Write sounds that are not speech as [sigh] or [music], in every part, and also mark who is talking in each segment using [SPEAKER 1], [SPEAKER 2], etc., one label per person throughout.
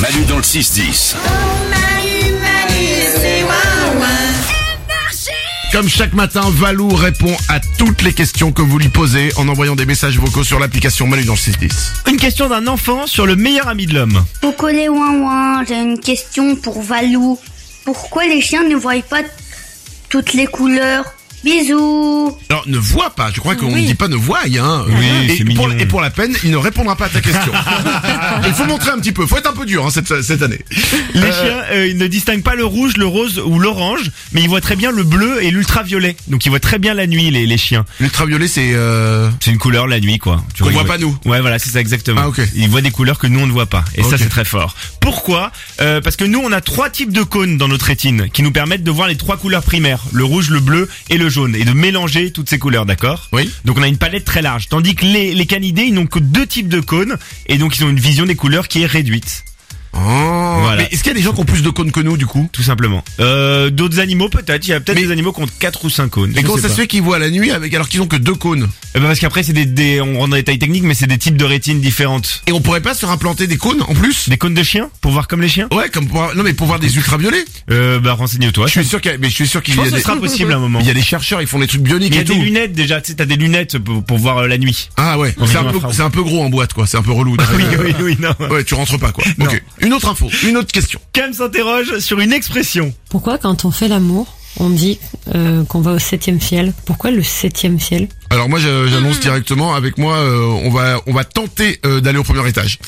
[SPEAKER 1] Manu dans le 6-10.
[SPEAKER 2] Comme chaque matin, Valou répond à toutes les questions que vous lui posez en envoyant des messages vocaux sur l'application Manu dans le 610.
[SPEAKER 3] Une question d'un enfant sur le meilleur ami de l'homme.
[SPEAKER 4] Coco les ouin j'ai une question pour Valou. Pourquoi les chiens ne voient pas toutes les couleurs Bisous
[SPEAKER 2] Alors, ne voit pas, je crois qu'on ne dit pas ne voie, hein.
[SPEAKER 3] Oui,
[SPEAKER 2] et,
[SPEAKER 3] c'est
[SPEAKER 2] pour,
[SPEAKER 3] mignon.
[SPEAKER 2] et pour la peine, il ne répondra pas à
[SPEAKER 3] [laughs]
[SPEAKER 2] ta question. Il faut montrer un petit peu, faut être un peu dur hein, cette, cette année.
[SPEAKER 3] Les
[SPEAKER 2] Euh,
[SPEAKER 3] chiens euh, ils ne distinguent pas le rouge, le rose ou l'orange, mais ils voient très bien le bleu et l'ultraviolet. Donc ils voient très bien la nuit les, les chiens.
[SPEAKER 2] L'ultraviolet, c'est... Euh...
[SPEAKER 3] C'est une couleur la nuit quoi. Tu
[SPEAKER 2] Qu'on
[SPEAKER 3] ils
[SPEAKER 2] voit pas, nous.
[SPEAKER 3] Ouais voilà c'est ça exactement.
[SPEAKER 2] Ah, ok.
[SPEAKER 3] Ils voient des couleurs que nous on ne voit pas et ça
[SPEAKER 2] Ok.
[SPEAKER 3] c'est très fort. Pourquoi Euh, Parce que nous on a trois types de cônes dans notre rétine qui nous permettent de voir les trois couleurs primaires, le rouge, le bleu et le jaune, et de mélanger toutes ces couleurs d'accord
[SPEAKER 2] Oui.
[SPEAKER 3] Donc on a une palette très large. Tandis que les, les canidés, ils n'ont que deux types de cônes et donc ils ont une vision des couleurs qui est réduite,
[SPEAKER 2] Oh.
[SPEAKER 3] Voilà.
[SPEAKER 2] Mais est-ce qu'il y a des gens qui ont plus de cônes que nous, du coup
[SPEAKER 3] tout simplement. Euh, D'autres animaux peut-être, il y a peut-être
[SPEAKER 2] Mais-
[SPEAKER 3] des animaux qui ont quatre ou cinq cônes.
[SPEAKER 2] Mais
[SPEAKER 3] je
[SPEAKER 2] comment
[SPEAKER 3] sais
[SPEAKER 2] ça se
[SPEAKER 3] pas.
[SPEAKER 2] fait qu'ils voient la nuit avec alors qu'ils ont que deux cônes
[SPEAKER 3] Eh ben parce qu'après c'est des, des, on rentre dans les détails techniques, mais c'est des types de rétines différentes.
[SPEAKER 2] Et on pourrait pas se réimplanter des cônes en plus
[SPEAKER 3] Des cônes de chien pour voir comme les chiens
[SPEAKER 2] Ouais, comme pour... Non mais pour voir des ultraviolets
[SPEAKER 3] euh, Bah renseigne-toi.
[SPEAKER 2] Je suis sûr qu'il y a... Mais je suis sûr qu'il
[SPEAKER 3] Je
[SPEAKER 2] y a
[SPEAKER 3] pense que
[SPEAKER 2] des...
[SPEAKER 3] ce sera possible à un moment.
[SPEAKER 2] [laughs] Il y a des chercheurs, ils font des trucs bioniques
[SPEAKER 3] Il y a
[SPEAKER 2] et
[SPEAKER 3] des
[SPEAKER 2] tout.
[SPEAKER 3] lunettes déjà, tu sais, t'as des lunettes pour, pour voir euh, la nuit.
[SPEAKER 2] Ah ouais,
[SPEAKER 3] On
[SPEAKER 2] c'est
[SPEAKER 3] est
[SPEAKER 2] un,
[SPEAKER 3] dans la
[SPEAKER 2] peu,
[SPEAKER 3] phrase.
[SPEAKER 2] c'est un peu gros en boîte quoi, c'est un peu relou.
[SPEAKER 3] Ah Oui, [laughs] oui, oui, non.
[SPEAKER 2] [laughs] Ouais, tu rentres pas quoi.
[SPEAKER 3] Non.
[SPEAKER 2] Ok. Une autre info, une autre question.
[SPEAKER 3] Cam s'interroge sur une expression.
[SPEAKER 5] Pourquoi quand on fait l'amour, on dit euh, qu'on va au septième ciel Pourquoi le septième ciel
[SPEAKER 2] Alors moi je- j'annonce directement avec moi euh, on va on va tenter euh, d'aller au premier étage.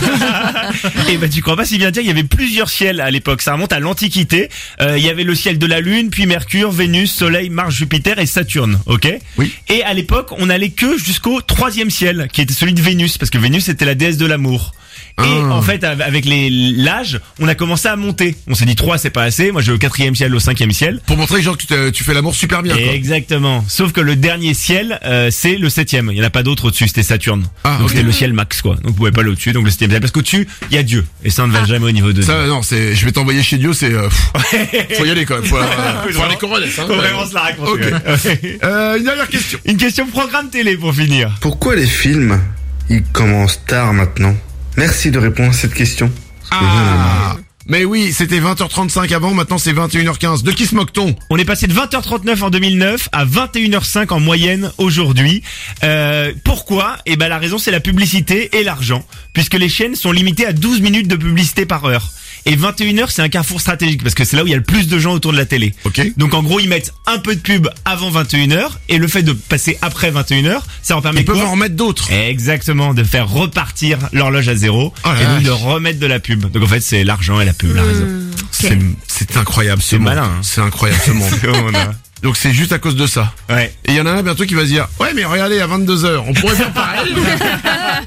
[SPEAKER 3] [laughs] Et bah tu crois pas si bien dire, il y avait plusieurs ciels à l'époque, ça remonte à l'Antiquité. Euh, il y avait le ciel de la Lune, puis Mercure, Vénus, Soleil, Mars, Jupiter et Saturne, ok
[SPEAKER 2] Oui.
[SPEAKER 3] Et à l'époque, on allait que jusqu'au troisième ciel, qui était celui de Vénus, parce que Vénus était la déesse de l'amour. Et
[SPEAKER 2] Ah.
[SPEAKER 3] en fait, av- avec les l'âge, on a commencé à monter. On s'est dit trois, c'est pas assez. Moi, je vais au quatrième ciel, au cinquième ciel.
[SPEAKER 2] Pour montrer genre que tu t'es- tu fais l'amour super bien quoi.
[SPEAKER 3] Exactement. Sauf que le dernier ciel, euh, c'est le septième. Il y en a pas d'autre au-dessus. C'était Saturne.
[SPEAKER 2] Ah,
[SPEAKER 3] donc
[SPEAKER 2] ok.
[SPEAKER 3] c'était le ciel max, quoi. Donc vous pouvez pas aller au-dessus. Donc le septième ciel, parce qu'au-dessus, il y a Dieu. Et ça, on ne va jamais au niveau de. Dieu.
[SPEAKER 2] Ça non, c'est je vais t'envoyer chez Dieu, c'est euh, pff, faut y aller quand même, faut,
[SPEAKER 3] [laughs]
[SPEAKER 2] euh,
[SPEAKER 3] Faut
[SPEAKER 2] faut aller
[SPEAKER 3] vraiment-
[SPEAKER 2] correspondre, hein.
[SPEAKER 3] Faut vraiment se la raconter.
[SPEAKER 2] Ok.
[SPEAKER 3] ouais. [laughs]
[SPEAKER 2] Euh, une dernière question.
[SPEAKER 3] Une question programme télé pour finir.
[SPEAKER 6] Pourquoi les films, ils commencent tard maintenant Merci de répondre à cette question. Parce que je viens de la-
[SPEAKER 2] Ah. Mais oui, c'était 20h35 avant, maintenant c'est 21h15. De qui se moque-t-on
[SPEAKER 3] On est passé de 20h39 en 2009 à 21h05 en moyenne aujourd'hui. Euh, pourquoi Eh ben la raison c'est la publicité et l'argent, puisque les chaînes sont limitées à 12 minutes de publicité par heure. Et 21h c'est un carrefour stratégique parce que c'est là où il y a le plus de gens autour de la télé.
[SPEAKER 2] Ok.
[SPEAKER 3] Donc en gros ils mettent un peu de pub avant 21h et le fait de passer après 21h ça leur permet
[SPEAKER 2] Ils peuvent
[SPEAKER 3] quoi Eh
[SPEAKER 2] en remettre d'autres.
[SPEAKER 3] Exactement, de faire repartir l'horloge à zéro
[SPEAKER 2] Oh la
[SPEAKER 3] et donc
[SPEAKER 2] vache.
[SPEAKER 3] de remettre de la pub. Donc en fait, c'est l'argent et la pub, la raison.
[SPEAKER 2] C'est c'est incroyable ce
[SPEAKER 3] C'est
[SPEAKER 2] monde.
[SPEAKER 3] malin, hein.
[SPEAKER 2] C'est incroyable ce monde.
[SPEAKER 3] [laughs] C'est bon, hein.
[SPEAKER 2] Donc c'est juste à cause de ça.
[SPEAKER 3] Ouais.
[SPEAKER 2] Et il y en a un bientôt qui va se dire Ouais mais regardez à 22h on pourrait faire pareil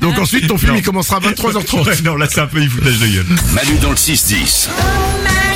[SPEAKER 2] Donc ensuite ton film il commencera à 23h30
[SPEAKER 3] Ouais, non, là c'est un peu du foutage de gueule.
[SPEAKER 1] Manu dans le 6-10.
[SPEAKER 7] Oh, Manu.